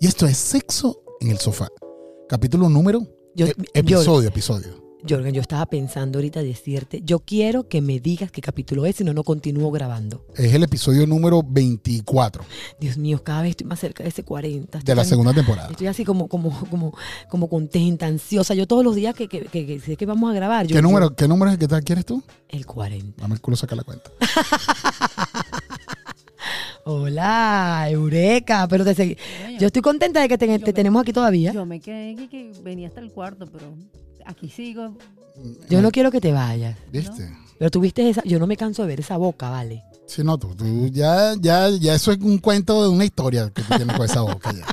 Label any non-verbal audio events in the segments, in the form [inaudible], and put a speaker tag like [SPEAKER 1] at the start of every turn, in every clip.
[SPEAKER 1] Y esto es Sexo en el Sofá. Capítulo número.
[SPEAKER 2] Yo-
[SPEAKER 1] e- episodio, episodio.
[SPEAKER 2] Jorgen, yo estaba pensando ahorita decirte, yo quiero que me digas qué capítulo es, si no, no continúo grabando.
[SPEAKER 1] Es el episodio número 24
[SPEAKER 2] Dios mío, cada vez estoy más cerca de ese 40.
[SPEAKER 1] de la
[SPEAKER 2] Estoy tan-
[SPEAKER 1] segunda temporada.
[SPEAKER 2] Estoy así como, como, como, como contenta, ansiosa. Yo todos los días que, que, que, que sé que vamos a grabar. yo-
[SPEAKER 1] ¿Qué
[SPEAKER 2] yo-
[SPEAKER 1] número, ¿qué número es el que te quieres tú?
[SPEAKER 2] el 40.
[SPEAKER 1] Dame el culo, saca la cuenta.
[SPEAKER 2] Hola, Eureka. Pero te seguí. Yo estoy contenta de que te, te
[SPEAKER 3] me-
[SPEAKER 2] tenemos aquí todavía. Yo,
[SPEAKER 3] Yo me quedé aquí que venía hasta el cuarto, pero aquí sigo.
[SPEAKER 2] no quiero que te vayas.
[SPEAKER 1] ¿Viste?
[SPEAKER 2] Pero tuviste esa. Yo no me canso de ver esa boca, ¿vale?
[SPEAKER 1] Sí, no, tú, tú ya, ya, ya eso es un cuento de una historia que tú tienes con esa boca ya.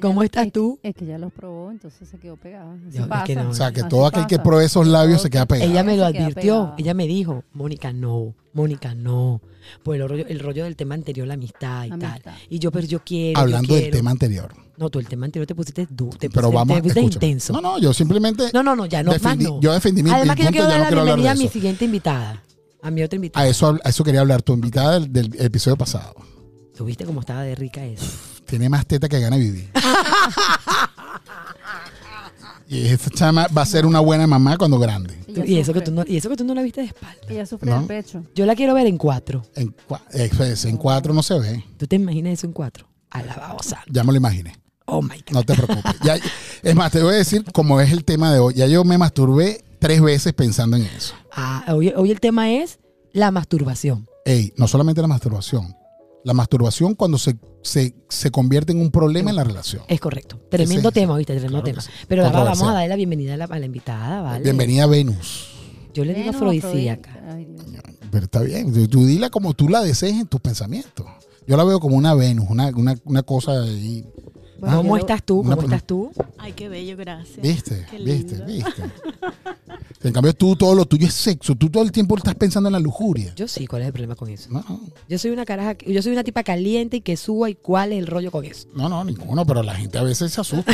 [SPEAKER 2] ¿Cómo estás tú?
[SPEAKER 3] Es que ya los probó, entonces se quedó pegada.
[SPEAKER 2] Yo-
[SPEAKER 3] Así
[SPEAKER 2] es
[SPEAKER 3] pasa.
[SPEAKER 2] que no.
[SPEAKER 1] O sea, que
[SPEAKER 3] Así
[SPEAKER 1] todo aquel que
[SPEAKER 3] pasa.
[SPEAKER 1] pruebe esos labios
[SPEAKER 3] Todo
[SPEAKER 1] se queda pegado.
[SPEAKER 2] Ella me lo
[SPEAKER 3] se queda
[SPEAKER 2] advirtió,
[SPEAKER 3] pegada.
[SPEAKER 2] ella me dijo, Mónica, no, Mónica, no. Por el rollo, el rollo del tema anterior, la amistad y
[SPEAKER 3] Amistad.
[SPEAKER 2] tal. Y yo, pero yo [laughs] quiero. yo
[SPEAKER 1] Hablando del
[SPEAKER 2] quiero.
[SPEAKER 1] tema anterior.
[SPEAKER 2] No, tú el tema anterior te pusiste duro, te
[SPEAKER 1] Pero
[SPEAKER 2] pusiste,
[SPEAKER 1] vamos,
[SPEAKER 2] te pusiste
[SPEAKER 1] escúchame.
[SPEAKER 2] intenso.
[SPEAKER 1] No, no, yo simplemente
[SPEAKER 2] No, no, no, ya no,
[SPEAKER 1] defendí-
[SPEAKER 2] más no.
[SPEAKER 1] yo defendí mi mi
[SPEAKER 2] Además que yo
[SPEAKER 1] punto,
[SPEAKER 2] quiero
[SPEAKER 1] ya
[SPEAKER 2] dar
[SPEAKER 1] no
[SPEAKER 2] la
[SPEAKER 1] quiero hablar de
[SPEAKER 2] bienvenida a mi
[SPEAKER 1] eso.
[SPEAKER 2] siguiente invitada, a mi otra invitada.
[SPEAKER 1] A eso, a eso quería hablar. Tu invitada del, del episodio pasado
[SPEAKER 2] ¿Tú viste cómo estaba de rica eso?
[SPEAKER 1] tiene más teta que gana de vivir. y esta chama va a ser una buena mamá cuando grande.
[SPEAKER 3] [laughs] Ella
[SPEAKER 2] y, eso que
[SPEAKER 3] sufre.
[SPEAKER 2] tú no, y eso que tú no la viste de espalda.
[SPEAKER 3] Ella sufre
[SPEAKER 1] ¿No?
[SPEAKER 3] el pecho.
[SPEAKER 2] Yo la quiero ver en cuatro.
[SPEAKER 1] En, cua- eh, en cuatro no se ve.
[SPEAKER 2] ¿Tú te imaginas eso en cuatro? Alabado santo.
[SPEAKER 1] Ya me lo imaginé.
[SPEAKER 2] Oh my God.
[SPEAKER 1] No te preocupes. Ya- es más, te voy a decir como es el tema de hoy. Ya yo me masturbé tres veces pensando en eso.
[SPEAKER 2] Ah, hoy, hoy el tema es la masturbación.
[SPEAKER 1] Ey, no solamente la masturbación. La masturbación cuando se, se, se convierte en un problema en la relación.
[SPEAKER 2] Es correcto. Tremendo
[SPEAKER 1] es eso.
[SPEAKER 2] tema, ¿viste? Tremendo
[SPEAKER 1] Claro
[SPEAKER 2] tema.
[SPEAKER 1] que sí.
[SPEAKER 2] Pero ahora vamos a
[SPEAKER 1] Controversial.
[SPEAKER 2] darle la bienvenida a la, a la invitada, ¿vale?
[SPEAKER 1] Bienvenida a Venus.
[SPEAKER 2] Yo le digo
[SPEAKER 3] Menos
[SPEAKER 2] afrodisíaca.
[SPEAKER 3] afrodisíaca. Ay, Dios.
[SPEAKER 1] Pero está bien, tú, tú dila como tú la desees en tus pensamientos. Yo la veo como una Venus, una, una, una cosa ahí.
[SPEAKER 3] Bueno,
[SPEAKER 2] ¿Cómo
[SPEAKER 3] yo-
[SPEAKER 2] estás tú?
[SPEAKER 1] Una-
[SPEAKER 2] ¿Cómo estás tú?
[SPEAKER 4] Ay, qué bello, gracias.
[SPEAKER 1] ¿Viste?
[SPEAKER 4] Qué
[SPEAKER 1] ¿Viste?
[SPEAKER 4] lindo.
[SPEAKER 1] ¿Viste? En cambio, tú todo lo tuyo es sexo. Tú todo el tiempo estás pensando en la lujuria.
[SPEAKER 2] Yo sí, ¿cuál es el problema con eso?
[SPEAKER 1] No,
[SPEAKER 2] Yo soy una caraja, que- yo soy una tipa caliente y que suba y cuál es el rollo con eso.
[SPEAKER 1] no, no, ninguno, pero la gente a veces se asusta.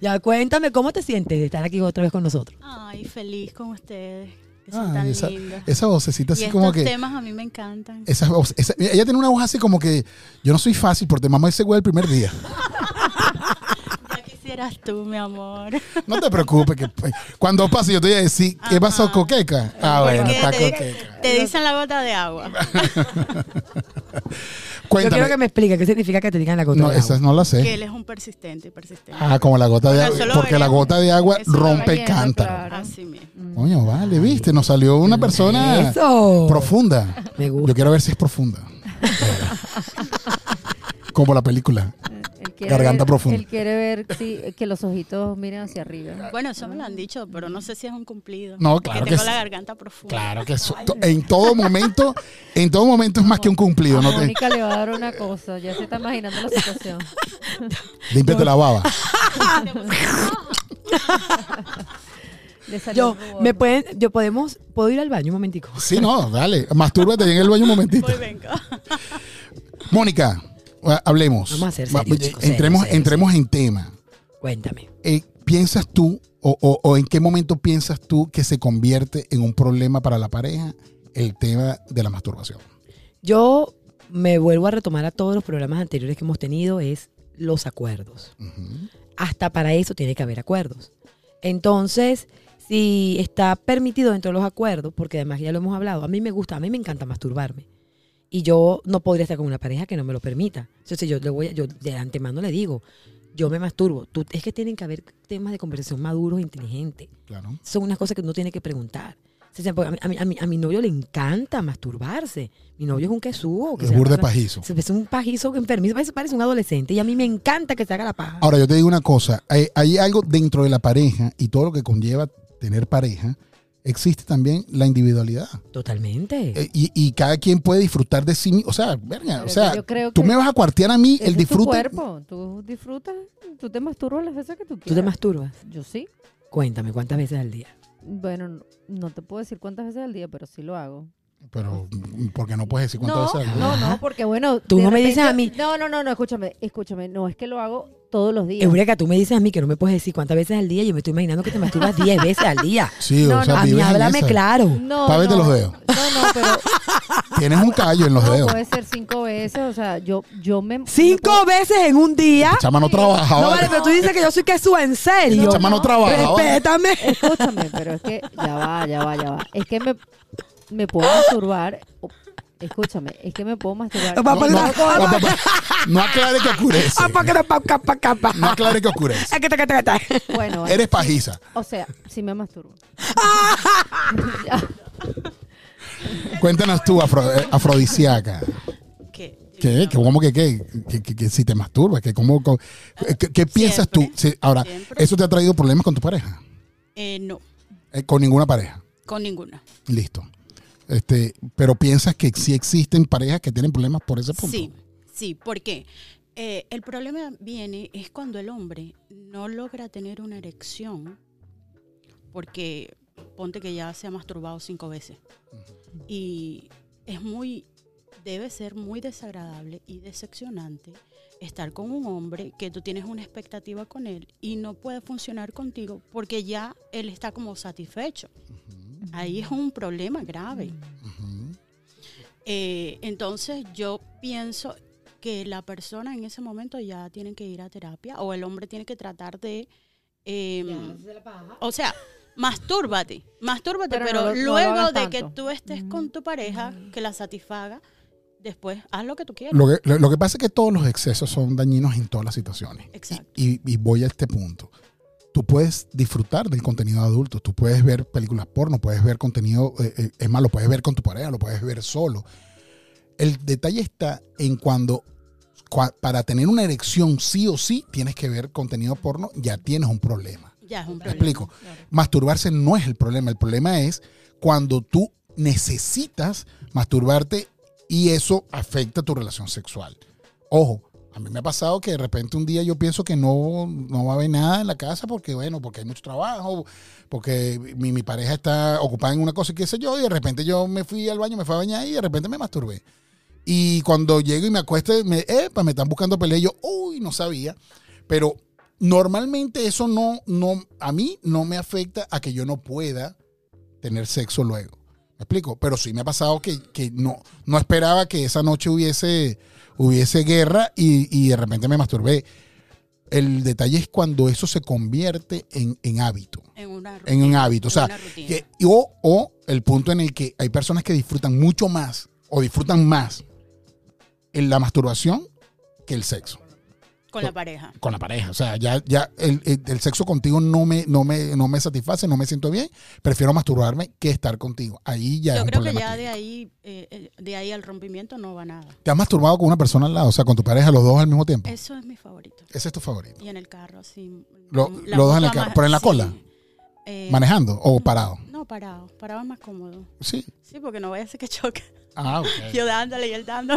[SPEAKER 2] Ya, cuéntame cómo te sientes de estar aquí otra vez con nosotros.
[SPEAKER 4] Ay, feliz con ustedes. Que
[SPEAKER 1] Ah,
[SPEAKER 4] son tan
[SPEAKER 1] esa,
[SPEAKER 4] lindos.
[SPEAKER 1] esa vocecita
[SPEAKER 4] y
[SPEAKER 1] así
[SPEAKER 4] estos
[SPEAKER 1] como que.
[SPEAKER 4] temas a mí me encantan.
[SPEAKER 1] Esa, voz- esa- ella tiene una voz así como que yo no soy fácil porque mamá ese güey el primer día.
[SPEAKER 4] Ya quisieras tú,
[SPEAKER 1] [laughs]
[SPEAKER 4] mi amor.
[SPEAKER 1] No te preocupes, que pues, cuando pase yo te voy a decir, ¿qué pasó, coqueca? Ah, bueno,
[SPEAKER 4] Porque
[SPEAKER 1] está
[SPEAKER 4] te,
[SPEAKER 1] coqueca.
[SPEAKER 4] te dicen la gota de agua.
[SPEAKER 2] Yo quiero que
[SPEAKER 1] Cuéntame.
[SPEAKER 2] me expliques qué significa que te digan la gota
[SPEAKER 1] No,
[SPEAKER 2] de agua.
[SPEAKER 1] esa no la
[SPEAKER 4] Que
[SPEAKER 1] sé.
[SPEAKER 4] él es un persistente, persistente.
[SPEAKER 1] Ah, como la gota de
[SPEAKER 4] Bueno,
[SPEAKER 1] agua.
[SPEAKER 4] eso lo
[SPEAKER 1] Porque la
[SPEAKER 4] veremos.
[SPEAKER 1] gota de agua
[SPEAKER 4] Eso lo
[SPEAKER 1] rompe el
[SPEAKER 3] veremos,
[SPEAKER 1] cántaro.
[SPEAKER 3] claro.
[SPEAKER 4] Así mismo.
[SPEAKER 1] Mm. Coño, vale, viste, nos salió una persona
[SPEAKER 2] Eso.
[SPEAKER 1] profunda.
[SPEAKER 2] Me gusta.
[SPEAKER 1] Yo quiero ver si es profunda. como la película.
[SPEAKER 3] Él quiere
[SPEAKER 1] Garganta
[SPEAKER 3] ver-
[SPEAKER 1] profunda.
[SPEAKER 3] Él quiere ver sí, que los ojitos miren hacia arriba.
[SPEAKER 4] Bueno, eso me lo han dicho, pero no sé si es un cumplido.
[SPEAKER 1] No, claro
[SPEAKER 4] Que
[SPEAKER 1] que
[SPEAKER 4] tengo
[SPEAKER 1] sí.
[SPEAKER 4] la garganta profunda.
[SPEAKER 1] Claro que eso- en todo momento, en todo momento es más que un cumplido, no te
[SPEAKER 3] Mónica le va a dar una cosa, ya se está imaginando la situación.
[SPEAKER 1] límpiate la baba.
[SPEAKER 3] Le salió
[SPEAKER 2] Yo,
[SPEAKER 3] un rubor.
[SPEAKER 2] me pueden, yo podemos, puedo ir al baño un momentico.
[SPEAKER 1] Sí, no, dale, mastúrbate ahí en el baño un momentito.
[SPEAKER 4] Voy, vengo.
[SPEAKER 1] Mónica, ha- hablemos.
[SPEAKER 2] Vamos a ser
[SPEAKER 1] Va-
[SPEAKER 2] serios, chicos,
[SPEAKER 1] entremos
[SPEAKER 2] serios, serios,
[SPEAKER 1] entremos en tema.
[SPEAKER 2] Cuéntame.
[SPEAKER 1] Eh, ¿Piensas tú o, o- o en qué momento piensas tú que se convierte en un problema para la pareja el tema de la masturbación?
[SPEAKER 2] Yo me vuelvo a retomar a todos los programas anteriores que hemos tenido, es los acuerdos.
[SPEAKER 1] Ujú.
[SPEAKER 2] hasta para eso tiene que haber acuerdos. Entonces, si está permitido dentro de los acuerdos, porque además ya lo hemos hablado, a mí me gusta, a mí me encanta masturbarme. Y yo no podría estar con una pareja que no me lo permita. Entonces yo le voy, a- yo de antemano le digo, yo me masturbo. Tú, es que tienen que haber temas de conversación maduros, e inteligentes.
[SPEAKER 1] Claro.
[SPEAKER 2] Son unas cosas que uno tiene que preguntar. O sea, porque A, mí- a, mí- a mi, a mi novio le encanta masturbarse. Mi novio es un quesugo. Que
[SPEAKER 1] Es
[SPEAKER 2] se la
[SPEAKER 1] burde
[SPEAKER 2] pasa-
[SPEAKER 1] pajizo.
[SPEAKER 2] se- Es un pajizo enfermizo. Parece, parece un adolescente. Y a mí me encanta que se haga la paja.
[SPEAKER 1] Ahora, yo te digo una cosa. Hay, hay algo dentro de la pareja y todo lo que conlleva tener pareja. Existe también la individualidad.
[SPEAKER 2] Totalmente.
[SPEAKER 1] Eh, y, y cada quien puede disfrutar de sí mismo. O sea, verga,
[SPEAKER 3] Pero
[SPEAKER 1] o sea,
[SPEAKER 3] yo creo
[SPEAKER 1] tú
[SPEAKER 3] que
[SPEAKER 1] me vas a cuartear a mí
[SPEAKER 3] Ese
[SPEAKER 1] el
[SPEAKER 3] es tu
[SPEAKER 1] disfrute.
[SPEAKER 3] cuerpo, tú disfrutas, tú te masturbas las veces que tú quieras.
[SPEAKER 2] ¿Tú te masturbas?
[SPEAKER 3] Yo sí.
[SPEAKER 2] Cuéntame, ¿cuántas veces al día?
[SPEAKER 3] Bueno, no, no te puedo decir cuántas veces al día, pero sí lo hago.
[SPEAKER 1] Pero, porque no puedes decir cuántas
[SPEAKER 3] no,
[SPEAKER 1] veces? al día?
[SPEAKER 3] No, no, porque bueno.
[SPEAKER 2] Tú
[SPEAKER 3] de
[SPEAKER 2] no me dices a mí.
[SPEAKER 3] No, no, no, no, escúchame, escúchame. No es que lo hago todos los días.
[SPEAKER 2] Eureka, tú me dices a mí que no me puedes decir cuántas veces al día. Yo me estoy imaginando que te masturbas 10 veces al [laughs] día.
[SPEAKER 1] Sí,
[SPEAKER 3] No,
[SPEAKER 1] o sea,
[SPEAKER 3] no,
[SPEAKER 2] A mí
[SPEAKER 1] vives en
[SPEAKER 2] háblame
[SPEAKER 1] esa.
[SPEAKER 2] claro.
[SPEAKER 3] No,
[SPEAKER 1] Pa' verte
[SPEAKER 3] no.
[SPEAKER 1] los dedos.
[SPEAKER 3] No, no, pero
[SPEAKER 1] Tienes un callo en [laughs] los
[SPEAKER 3] [laughs] no, pues.
[SPEAKER 1] dedos.
[SPEAKER 3] puede ser cinco veces. O sea, yo, yo me. yo puedo-
[SPEAKER 2] Cinco veces en un día.
[SPEAKER 1] Chama no
[SPEAKER 2] No
[SPEAKER 1] trabajaba.
[SPEAKER 2] vale, pero tú dices que yo soy que su en serio.
[SPEAKER 1] Chama no trabajaba.
[SPEAKER 2] Respétame.
[SPEAKER 3] Escúchame, pero es que ya va, ya va, ya va. Es que me, me puedo masturbar. o- Escúchame, es que me puedo masturbar.
[SPEAKER 2] Va
[SPEAKER 1] No,
[SPEAKER 2] a
[SPEAKER 1] no,
[SPEAKER 2] poner
[SPEAKER 1] no, no, no, no aclare que oscurece.
[SPEAKER 2] [laughs] Ah, pa' que no, pa' pa- pa- pa- pa.
[SPEAKER 1] No aclare que oscurece.
[SPEAKER 3] [laughs]
[SPEAKER 2] Ah, que ta- que ta- que ta.
[SPEAKER 3] Bueno, vale.
[SPEAKER 1] Eres pajiza.
[SPEAKER 3] o sea, si me masturbo.
[SPEAKER 1] Cuéntanos tú, afro- eh, afrodisíaca.
[SPEAKER 4] ¿Qué?
[SPEAKER 1] ¿Qué? ¿Qué- ¿Cómo que qué? ¿Que, que- que si te masturbas? ¿Que cómo, co- eh, ¿Qué, qué piensas tú?
[SPEAKER 4] Siempre,
[SPEAKER 1] Sí, ahora,
[SPEAKER 4] siempre.
[SPEAKER 1] ¿eso te ha traído problemas con tu pareja?
[SPEAKER 4] Eh, no,
[SPEAKER 1] Eh, con ninguna pareja.
[SPEAKER 4] con ninguna.
[SPEAKER 1] Listo. Este, pero piensas que sí existen parejas que tienen problemas por ese punto.
[SPEAKER 4] Sí, sí, porque eh, el problema viene es cuando el hombre no logra tener una erección, porque ponte que ya se ha masturbado cinco veces. Y es muy, debe ser muy desagradable y decepcionante estar con un hombre que tú tienes una expectativa con él y no puede funcionar contigo porque ya él está como satisfecho. Ahí es un problema grave.
[SPEAKER 1] Ujú.
[SPEAKER 4] Eh, entonces yo pienso que la persona en ese momento ya tiene que ir a terapia o el hombre tiene que tratar de... eh, o sea, mastúrbate, mastúrbate,
[SPEAKER 3] Pero
[SPEAKER 4] pero,
[SPEAKER 3] no lo- no lo
[SPEAKER 4] luego
[SPEAKER 3] hagas
[SPEAKER 4] de que
[SPEAKER 3] tanto. Mm.
[SPEAKER 4] tú estés con tu pareja, que la satisfaga, después haz lo que tú quieras.
[SPEAKER 1] Lo, que, lo- lo que pasa es que todos los excesos son dañinos en todas las situaciones.
[SPEAKER 4] Exacto.
[SPEAKER 1] Y, y voy a este punto. Tú puedes disfrutar del contenido adulto, tú puedes ver películas porno, puedes ver contenido, eh, eh, es más, lo puedes ver con tu pareja, lo puedes ver solo. El detalle está en cuando cua- para tener una erección sí o sí tienes que ver contenido porno, ya tienes un problema.
[SPEAKER 4] Ya es un
[SPEAKER 1] ¿Me
[SPEAKER 4] problema.
[SPEAKER 1] explico? Masturbarse no es el problema. El problema es cuando tú necesitas masturbarte y eso afecta tu relación sexual. Ojo, a mí me ha pasado que de repente un día yo pienso que no, no va a haber nada en la casa porque, bueno, porque hay mucho trabajo, porque mi, mi pareja está ocupada en una cosa y qué sé yo, y de repente yo me fui al baño, me fui a bañar y de repente me masturbé. Y cuando llego y me acuesto, me, epa, me están buscando pelea. Y yo, uy, no sabía. Pero normalmente eso no, no, a mí no me afecta a que yo no pueda tener sexo luego. ¿Me explico? Pero sí me ha pasado que, que no, no esperaba que esa noche hubiese, hubiese guerra y, y de repente me masturbé. El detalle es cuando eso se convierte en, en hábito.
[SPEAKER 4] En una rutina.
[SPEAKER 1] En un hábito. O
[SPEAKER 4] en
[SPEAKER 1] sea,
[SPEAKER 4] una rutina.
[SPEAKER 1] que- y o, o el punto en el que hay personas que disfrutan mucho más o disfrutan más en la masturbación que el sexo
[SPEAKER 4] con la pareja.
[SPEAKER 1] con la pareja. O sea, ya, ya el, el- el sexo contigo no me, no, me, no me satisface, no me siento bien. Prefiero masturbarme que estar contigo. Ahí ya es
[SPEAKER 4] Yo
[SPEAKER 1] un
[SPEAKER 4] creo que
[SPEAKER 1] problema
[SPEAKER 4] ya de
[SPEAKER 1] clínico.
[SPEAKER 4] ahí, eh, eh, de ahí al rompimiento no va nada.
[SPEAKER 1] ¿Te has masturbado con una persona al lado? O sea, con tu pareja, los dos al mismo tiempo.
[SPEAKER 4] Eso es mi favorito.
[SPEAKER 1] Ese es tu favorito.
[SPEAKER 4] Y en el carro, así.
[SPEAKER 1] Lo-
[SPEAKER 4] la
[SPEAKER 1] lo dos en
[SPEAKER 4] mutua
[SPEAKER 1] el carro,
[SPEAKER 4] más-
[SPEAKER 1] pero en la cola.
[SPEAKER 4] Eh,
[SPEAKER 1] ¿Manejando o parado?
[SPEAKER 4] No, parado. Parado es más cómodo.
[SPEAKER 1] Sí.
[SPEAKER 4] Sí, porque no vaya a ser que choque.
[SPEAKER 1] Ah, ok.
[SPEAKER 4] [laughs] Yo dándole y él dando.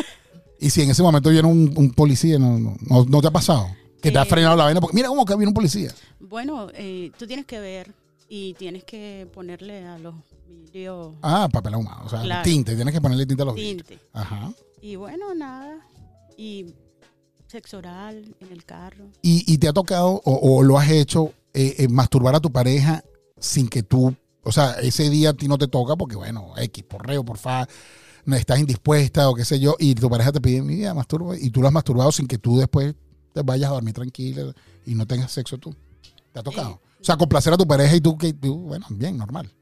[SPEAKER 1] Y si en ese momento viene un, un policía, no, no, no- no te ha pasado. Que te ha
[SPEAKER 4] Eh.
[SPEAKER 1] frenado la vaina. Porque mira cómo que viene un policía.
[SPEAKER 4] Bueno, eh, tú tienes que ver y tienes que ponerle a los vídeos
[SPEAKER 1] Ah, papel ahumado. O sea,
[SPEAKER 4] Claro.
[SPEAKER 1] tinte. Tienes que ponerle tinte a los vidrios.
[SPEAKER 4] tinte.
[SPEAKER 1] Ajá.
[SPEAKER 4] Y bueno, nada. Y sexo oral en el carro.
[SPEAKER 1] y, y te ha tocado o, o lo has hecho eh, eh, masturbar a tu pareja sin que tú, o sea, ese día a ti no te toca porque, bueno, X, por reo, por fa, no estás indispuesta o qué sé yo, y tu pareja te pide, mira, masturba, y tú lo has masturbado sin que tú después te vayas a dormir tranquila y no tengas sexo tú. ¿Te ha tocado? O sea, complacer a tu pareja y tú, que tú, bueno, bien, normal.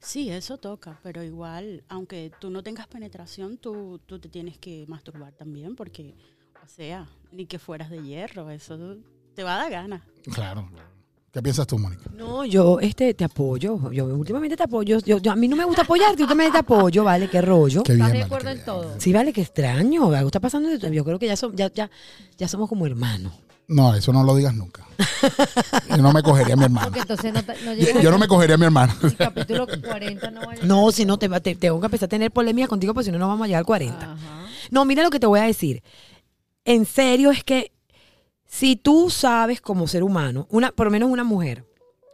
[SPEAKER 4] Sí, eso toca, pero igual, aunque tú no tengas penetración, tú, tú te tienes que masturbar también, porque, o sea, ni que fueras de hierro, eso te va a dar ganas.
[SPEAKER 1] Claro. ¿Qué piensas tú, Mónica?
[SPEAKER 2] No, yo este, te apoyo. Yo últimamente te apoyo. Yo, yo- a mí no me gusta apoyarte, últimamente te apoyo, vale, qué rollo.
[SPEAKER 1] Qué
[SPEAKER 3] ¿Estás de
[SPEAKER 1] vale,
[SPEAKER 3] acuerdo
[SPEAKER 1] qué
[SPEAKER 3] en
[SPEAKER 1] bien.
[SPEAKER 3] todo?
[SPEAKER 2] Sí, vale, qué extraño. Algo está pasando. de- Yo creo que ya, som- ya, ya, ya somos como hermanos.
[SPEAKER 1] No, eso no lo digas nunca.
[SPEAKER 3] [laughs]
[SPEAKER 1] Yo no me cogería a mi hermano.
[SPEAKER 3] Porque entonces no, te- no
[SPEAKER 1] Yo,
[SPEAKER 3] llegas
[SPEAKER 1] yo no
[SPEAKER 3] al
[SPEAKER 1] me cogería a mi hermano. [laughs]
[SPEAKER 3] capítulo 40, no vaya.
[SPEAKER 2] No, si no, te, va- te- tengo que empezar a tener polémicas contigo porque si no, no vamos a llegar al 40.
[SPEAKER 3] Ajá.
[SPEAKER 2] No, mira lo que te voy a decir. En serio, es que si tú sabes como ser humano, una, por lo menos una mujer,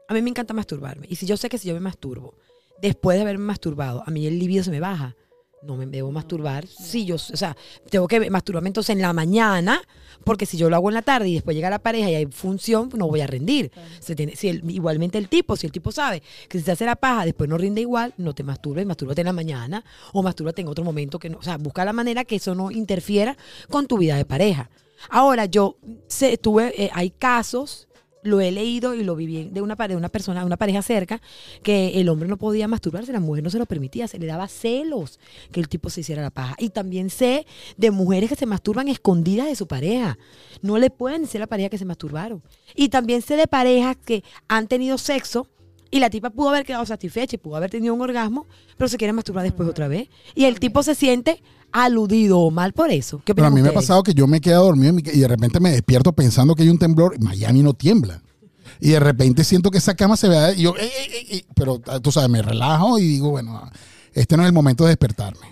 [SPEAKER 2] a mí me encanta masturbarme. Y si yo sé que si yo me masturbo, después de haberme masturbado, a mí el libido se me baja. No me debo masturbar. Sí, yo, o sea, tengo que masturbarme entonces en la mañana, porque si yo lo hago en la tarde y después llega la pareja y hay función, pues no voy a rendir. Se tiene, si el- igualmente el tipo, si el tipo sabe que si se hace la paja, después no rinde igual, no te masturbes, mastúrbate en la mañana o mastúrbate en otro momento que no. O sea, busca la manera que eso no interfiera con tu vida de pareja. Ahora, yo sé, tuve, eh, hay casos, lo he leído y lo viví en- de una, pare- de una persona, de una pareja cerca, que el hombre no podía masturbarse, la mujer no se lo permitía, se le daba celos que el tipo se hiciera la paja. Y también sé de mujeres que se masturban escondidas de su pareja. No le pueden decir a la pareja que se masturbaron. Y también sé de parejas que han tenido sexo y la tipa pudo haber quedado satisfecha y pudo haber tenido un orgasmo, pero se quiere masturbar después otra vez. Y el tipo se siente aludido o mal por eso. ¿Qué
[SPEAKER 1] Pero a
[SPEAKER 2] opinan
[SPEAKER 1] mí me ha
[SPEAKER 2] ustedes?
[SPEAKER 1] pasado que yo me he quedado dormido en mi ca- y de repente me despierto pensando que hay un temblor. Miami no tiembla. Y de repente siento que esa cama se vea. Y yo, "Ey, ey, ey, ey". pero ah, tú sabes, me relajo y digo, bueno, ah, este no es el momento de despertarme.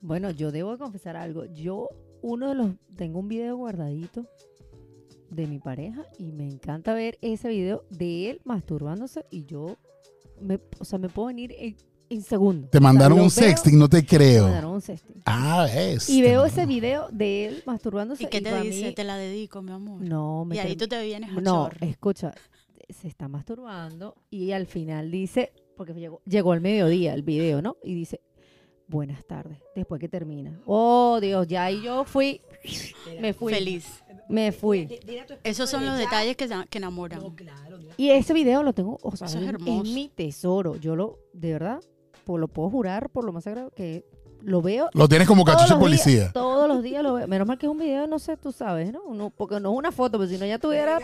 [SPEAKER 3] Bueno, yo debo confesar algo. Yo, uno de los. Tengo un video guardadito de mi pareja y me encanta ver ese video de él masturbándose y yo. Me, o sea, me puedo venir en, en segundo.
[SPEAKER 1] Te
[SPEAKER 3] O sea,
[SPEAKER 1] mandaron
[SPEAKER 3] lo
[SPEAKER 1] un
[SPEAKER 3] veo-
[SPEAKER 1] sexting, no te
[SPEAKER 3] Me
[SPEAKER 1] creo.
[SPEAKER 3] mandaron un sexting.
[SPEAKER 1] Ah, es.
[SPEAKER 3] Y veo ese video de él masturbándose.
[SPEAKER 4] ¿Y qué te
[SPEAKER 3] para
[SPEAKER 4] dice?
[SPEAKER 3] mí-
[SPEAKER 4] Te la dedico, mi amor.
[SPEAKER 3] No, me
[SPEAKER 4] y ahí
[SPEAKER 3] term-
[SPEAKER 4] tú te vienes a
[SPEAKER 3] No,
[SPEAKER 4] chorro.
[SPEAKER 3] escucha, se está masturbando y al final dice, porque llegó, llegó al mediodía el video, ¿no? Y dice, buenas tardes, después que termina. Oh, Dios, ya ahí yo fui, me fui.
[SPEAKER 4] Feliz.
[SPEAKER 3] Me fui.
[SPEAKER 4] Esos son los detalles que, que enamoran.
[SPEAKER 3] Y ese video lo tengo, o sea,
[SPEAKER 4] Eso es
[SPEAKER 3] es,
[SPEAKER 4] hermoso.
[SPEAKER 3] mi tesoro. Yo lo, de verdad, por, lo puedo jurar por lo más sagrado que lo veo.
[SPEAKER 1] Lo tienes como
[SPEAKER 3] todos
[SPEAKER 1] cachucha
[SPEAKER 3] los días,
[SPEAKER 1] policía.
[SPEAKER 3] todos los días lo veo. Menos mal que es un video, no sé, tú sabes, ¿no? Uno- porque no es una foto, pero si no ya tuviera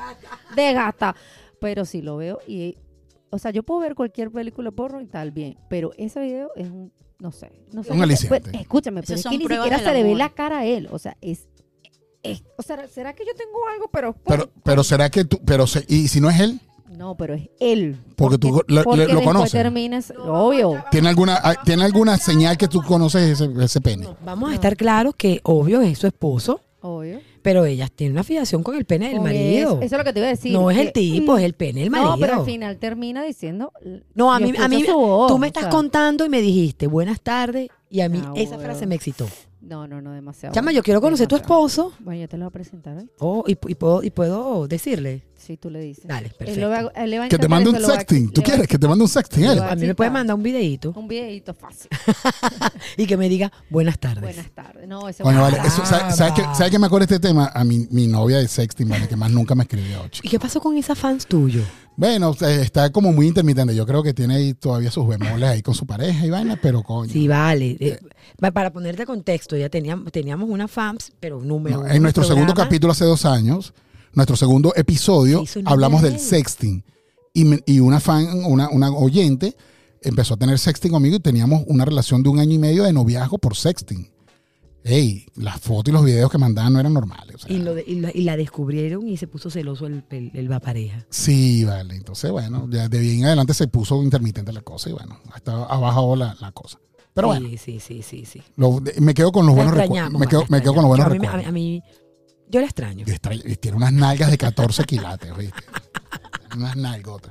[SPEAKER 3] desgasta. Pero sí lo veo y, o sea, yo puedo ver cualquier película porno y tal bien, pero ese video es un, no sé, no sé.
[SPEAKER 1] Un
[SPEAKER 3] Pero-
[SPEAKER 1] aliciente.
[SPEAKER 3] pero escúchame, pero
[SPEAKER 4] Esas
[SPEAKER 3] es
[SPEAKER 4] son
[SPEAKER 3] que ni
[SPEAKER 4] pruebas
[SPEAKER 3] siquiera
[SPEAKER 4] del
[SPEAKER 3] se le ve
[SPEAKER 4] amor.
[SPEAKER 3] la cara a él, o sea, es, es- o sea, ¿será que yo tengo algo? Pero, pues,
[SPEAKER 1] Pero, pero será que tú. Pero se- y si no es él,
[SPEAKER 3] no, pero es él.
[SPEAKER 1] Porque tú lo- le-
[SPEAKER 3] porque
[SPEAKER 1] lo
[SPEAKER 3] después
[SPEAKER 1] conoces.
[SPEAKER 3] terminas, obvio.
[SPEAKER 1] ¿tiene alguna, ah, ¿tiene alguna señal que tú conoces ese, ese pene?
[SPEAKER 2] Vamos a
[SPEAKER 3] No.
[SPEAKER 2] estar claros que obvio es su esposo,
[SPEAKER 3] Obvio.
[SPEAKER 2] pero ella tiene una fijación con el pene del
[SPEAKER 3] Con
[SPEAKER 2] marido.
[SPEAKER 3] Eso, eso es lo que te iba a decir.
[SPEAKER 2] no es el
[SPEAKER 3] que-
[SPEAKER 2] tipo, es el pene del marido.
[SPEAKER 3] No, pero al final termina diciendo.
[SPEAKER 2] No, a
[SPEAKER 3] yo
[SPEAKER 2] mí, a
[SPEAKER 3] escucho
[SPEAKER 2] mí
[SPEAKER 3] su voz,
[SPEAKER 2] tú me
[SPEAKER 3] o
[SPEAKER 2] estás
[SPEAKER 3] sea,
[SPEAKER 2] contando y me dijiste buenas tardes y a mí
[SPEAKER 3] Ah,
[SPEAKER 2] esa
[SPEAKER 3] bueno.
[SPEAKER 2] frase me excitó.
[SPEAKER 3] No, no, no, demasiado.
[SPEAKER 2] Chama, yo quiero conocer a tu
[SPEAKER 3] Demasiado.
[SPEAKER 2] esposo.
[SPEAKER 3] Bueno, yo te lo voy a presentar hoy.
[SPEAKER 2] Oh, y, y puedo, y puedo decirle.
[SPEAKER 3] Si tú le dices.
[SPEAKER 2] Dale,
[SPEAKER 3] Él lo
[SPEAKER 2] perfecto.
[SPEAKER 3] va a- él le va a
[SPEAKER 1] Que te
[SPEAKER 3] encantar
[SPEAKER 1] mande
[SPEAKER 3] eso,
[SPEAKER 1] un
[SPEAKER 3] lo va a-
[SPEAKER 1] sexting. ¿Tú
[SPEAKER 3] le va a-
[SPEAKER 1] quieres que te mande un sexting?
[SPEAKER 3] le
[SPEAKER 1] él?
[SPEAKER 2] A mí
[SPEAKER 3] va
[SPEAKER 2] me
[SPEAKER 3] excitar.
[SPEAKER 2] puede mandar un videito
[SPEAKER 3] Un videito fácil.
[SPEAKER 2] y que me diga buenas tardes.
[SPEAKER 3] Buenas tardes. No, eso
[SPEAKER 1] Coño,
[SPEAKER 3] va-
[SPEAKER 1] vale, eso, ¿sabes, sabes que,
[SPEAKER 2] Caramba.
[SPEAKER 1] sabes que me acuerdo de este tema? A mi, mi novia de sexting, vale, que más nunca me escribió, chico.
[SPEAKER 2] ¿Y qué pasó con esas fans tuyo?
[SPEAKER 1] Bueno, eh, está como muy intermitente. Yo creo que tiene ahí todavía sus bemoles ahí con su pareja y vaina, pero coño.
[SPEAKER 2] Sí, vale. Eh, pa- para ponerte contexto, ya teníamos, teníamos una fans, pero un número.
[SPEAKER 1] No,
[SPEAKER 2] uno
[SPEAKER 1] en nuestro segundo
[SPEAKER 2] programa.
[SPEAKER 1] capítulo hace dos años, nuestro segundo episodio,
[SPEAKER 2] Se hizo una
[SPEAKER 1] hablamos
[SPEAKER 2] idea
[SPEAKER 1] del
[SPEAKER 2] de él.
[SPEAKER 1] sexting. Y, me- y una fan, una, una oyente, empezó a tener sexting conmigo y teníamos una relación de un año y medio de noviazgo por sexting. Ey, las fotos y los videos que mandaban no eran normales. o sea,
[SPEAKER 2] Y, lo de- y la, y la descubrieron y se puso celoso el, el, el va pareja.
[SPEAKER 1] Sí, vale. Entonces, bueno, ya de bien en adelante se puso intermitente la cosa y bueno, hasta ha bajado la, la cosa. Pero
[SPEAKER 2] sí,
[SPEAKER 1] bueno,
[SPEAKER 2] sí, sí, sí, sí.
[SPEAKER 1] lo- de- me quedo con los
[SPEAKER 2] La
[SPEAKER 1] buenos recuerdos.
[SPEAKER 2] extrañamos,
[SPEAKER 1] Me quedo,
[SPEAKER 2] vale, la
[SPEAKER 1] me quedo con los
[SPEAKER 2] extrañamos.
[SPEAKER 1] buenos
[SPEAKER 2] Yo a mí-
[SPEAKER 1] recuerdos.
[SPEAKER 2] a mí- a mí- yo la extraño.
[SPEAKER 1] Y extra- y Tiene unas nalgas de 14 quilates, ¿viste? [laughs] Unas nalgotas.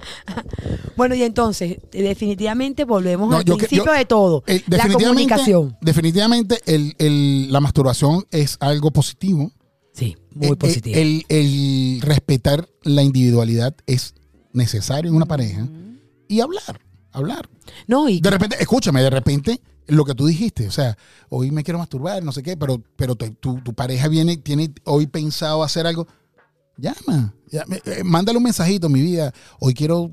[SPEAKER 2] Bueno, y entonces, eh, definitivamente volvemos
[SPEAKER 1] No,
[SPEAKER 2] al
[SPEAKER 1] yo que-
[SPEAKER 2] principio
[SPEAKER 1] yo-
[SPEAKER 2] de todo.
[SPEAKER 1] Eh,
[SPEAKER 2] la comunicación.
[SPEAKER 1] Definitivamente el- el- la masturbación es algo positivo.
[SPEAKER 2] Sí, muy
[SPEAKER 1] Eh, eh,
[SPEAKER 2] positivo.
[SPEAKER 1] El, el respetar la individualidad es necesario en una pareja.
[SPEAKER 3] Mm.
[SPEAKER 1] Y hablar, hablar.
[SPEAKER 2] no, y
[SPEAKER 1] De repente, escúchame, de repente lo que tú dijiste, o sea, hoy me quiero masturbar, no sé qué, pero, pero tu, tu- tu pareja viene, tiene hoy pensado hacer algo, llama, ya- eh, mándale un mensajito, mi vida, hoy quiero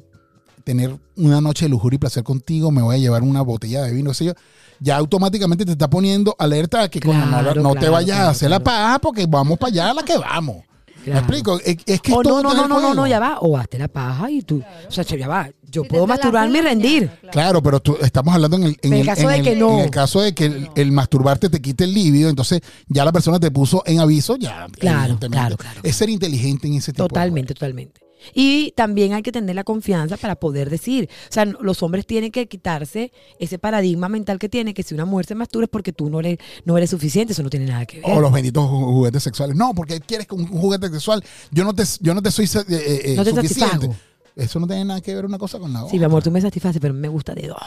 [SPEAKER 1] tener una noche de lujuria y placer contigo, me voy a llevar una botella de vino, qué sé yo, ya automáticamente te está poniendo alerta a que coño, no-
[SPEAKER 2] Claro,
[SPEAKER 1] no, te
[SPEAKER 2] claro,
[SPEAKER 1] vayas
[SPEAKER 2] claro,
[SPEAKER 1] a hacer la
[SPEAKER 2] claro.
[SPEAKER 1] paja porque vamos para allá a la que vamos. ¿Me
[SPEAKER 2] claro.
[SPEAKER 1] explico? Es, es que es
[SPEAKER 2] O
[SPEAKER 1] todo
[SPEAKER 2] no, no,
[SPEAKER 1] tener
[SPEAKER 2] no, no, no,
[SPEAKER 1] juego.
[SPEAKER 2] no, ya va. O hazte la paja y tú. O sea, ya va. Yo
[SPEAKER 3] Si te
[SPEAKER 2] puedo
[SPEAKER 3] da la
[SPEAKER 2] masturbarme y
[SPEAKER 3] pena,
[SPEAKER 2] rendir.
[SPEAKER 3] claro, claro.
[SPEAKER 1] Claro, pero tú- estamos hablando en el, en
[SPEAKER 2] En el
[SPEAKER 1] el-
[SPEAKER 2] caso
[SPEAKER 1] en
[SPEAKER 2] de
[SPEAKER 1] el-
[SPEAKER 2] que no.
[SPEAKER 1] en el caso de que el, el masturbarte te quite el líbido, entonces ya la persona te puso en aviso, ya.
[SPEAKER 2] Claro,
[SPEAKER 1] evidentemente.
[SPEAKER 2] claro, claro.
[SPEAKER 1] Es ser inteligente en ese tipo. de
[SPEAKER 2] Totalmente, totalmente. Y también hay que tener la confianza para poder decir. O sea, no- los hombres tienen que quitarse ese paradigma mental que tiene que si una mujer se masturba es porque tú no eres, no eres suficiente. Eso no tiene nada que ver.
[SPEAKER 1] cosas. O los benditos ju- juguetes sexuales. No, porque quieres con un juguete sexual. Yo no te, yo no te soy sa- eh, eh,
[SPEAKER 2] No te
[SPEAKER 1] suficiente.
[SPEAKER 2] satisfago.
[SPEAKER 1] Eso no tiene nada que ver una cosa con la otra.
[SPEAKER 2] Sí, mi amor, tú me satisfaces, pero me gusta de dos.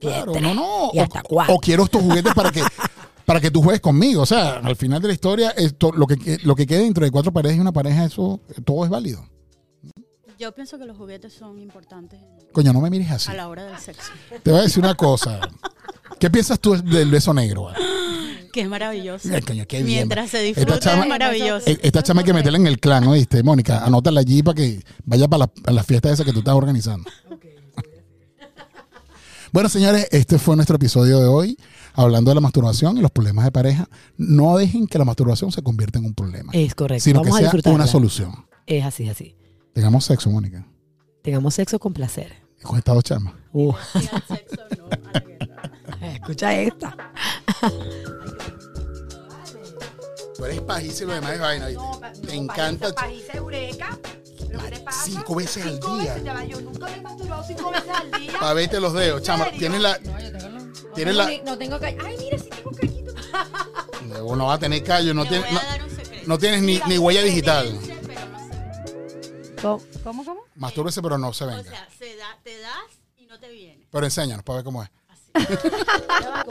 [SPEAKER 1] Claro,
[SPEAKER 2] tres.
[SPEAKER 1] no, no.
[SPEAKER 2] ¿Y
[SPEAKER 1] o-
[SPEAKER 2] hasta cuándo?
[SPEAKER 1] O quiero estos juguetes para
[SPEAKER 2] [laughs]
[SPEAKER 1] que, para que tú juegues conmigo. O sea, al final de la historia, esto, lo, que, lo que quede dentro de cuatro paredes y una pareja, eso eh, todo es válido.
[SPEAKER 4] Yo pienso que los juguetes son importantes en-
[SPEAKER 1] Coño, no me mires así.
[SPEAKER 4] a la hora del [laughs] sexo.
[SPEAKER 1] Te voy a decir una cosa. ¿Qué piensas tú del beso negro? vale?
[SPEAKER 4] Que es maravilloso.
[SPEAKER 1] Mira, coño, qué bien.
[SPEAKER 4] Mientras se
[SPEAKER 1] Esta
[SPEAKER 4] disfruta
[SPEAKER 1] chama-
[SPEAKER 4] es maravilloso.
[SPEAKER 1] Eh, Esta chama hay que meterla en el clan, ¿oíste, Mónica? Anótala allí para que vaya para la, a la fiesta esa que tú estás organizando. Bueno, señores, este fue nuestro episodio de hoy, hablando de la masturbación y los problemas de pareja. No dejen que la masturbación se convierta en un problema,
[SPEAKER 4] Eh,
[SPEAKER 2] Es correcto.
[SPEAKER 1] sino
[SPEAKER 2] Vamos a
[SPEAKER 1] que sea
[SPEAKER 2] disfrutar.
[SPEAKER 1] una solución.
[SPEAKER 2] Es así, es así.
[SPEAKER 1] Tengamos sexo, Mónica,
[SPEAKER 2] Tengamos sexo con placer.
[SPEAKER 1] con estas dos chamas.
[SPEAKER 2] Uh,
[SPEAKER 4] Sí, al sexo, no a la guerra.
[SPEAKER 2] [laughs] escucha esta.
[SPEAKER 1] Tú eres pajísimo de demás vaina, Te encanta
[SPEAKER 5] Pajiza eureka. ¿Pero qué te pasa?
[SPEAKER 1] cinco veces al
[SPEAKER 5] Cinco
[SPEAKER 1] día.
[SPEAKER 5] veces, ya va, yo nunca me he masturbado cinco veces al día.
[SPEAKER 1] para verte los dedos, chama. Tienes la... Tienes la...
[SPEAKER 3] No tengo que. Ay, mira, sí tengo que.
[SPEAKER 1] No va a tener callo, no
[SPEAKER 4] Te
[SPEAKER 1] tienes...
[SPEAKER 4] voy
[SPEAKER 1] no-
[SPEAKER 4] a dar un secreto.
[SPEAKER 1] No tienes ni, ni huella digital.
[SPEAKER 4] Pero no se ve.
[SPEAKER 3] ¿Cómo, cómo? cómo?
[SPEAKER 1] Mastúrbese, pero no se
[SPEAKER 4] O
[SPEAKER 1] venga.
[SPEAKER 4] sea, se da, te das y no te viene.
[SPEAKER 1] Pero enséñanos para ver cómo es.
[SPEAKER 4] Así.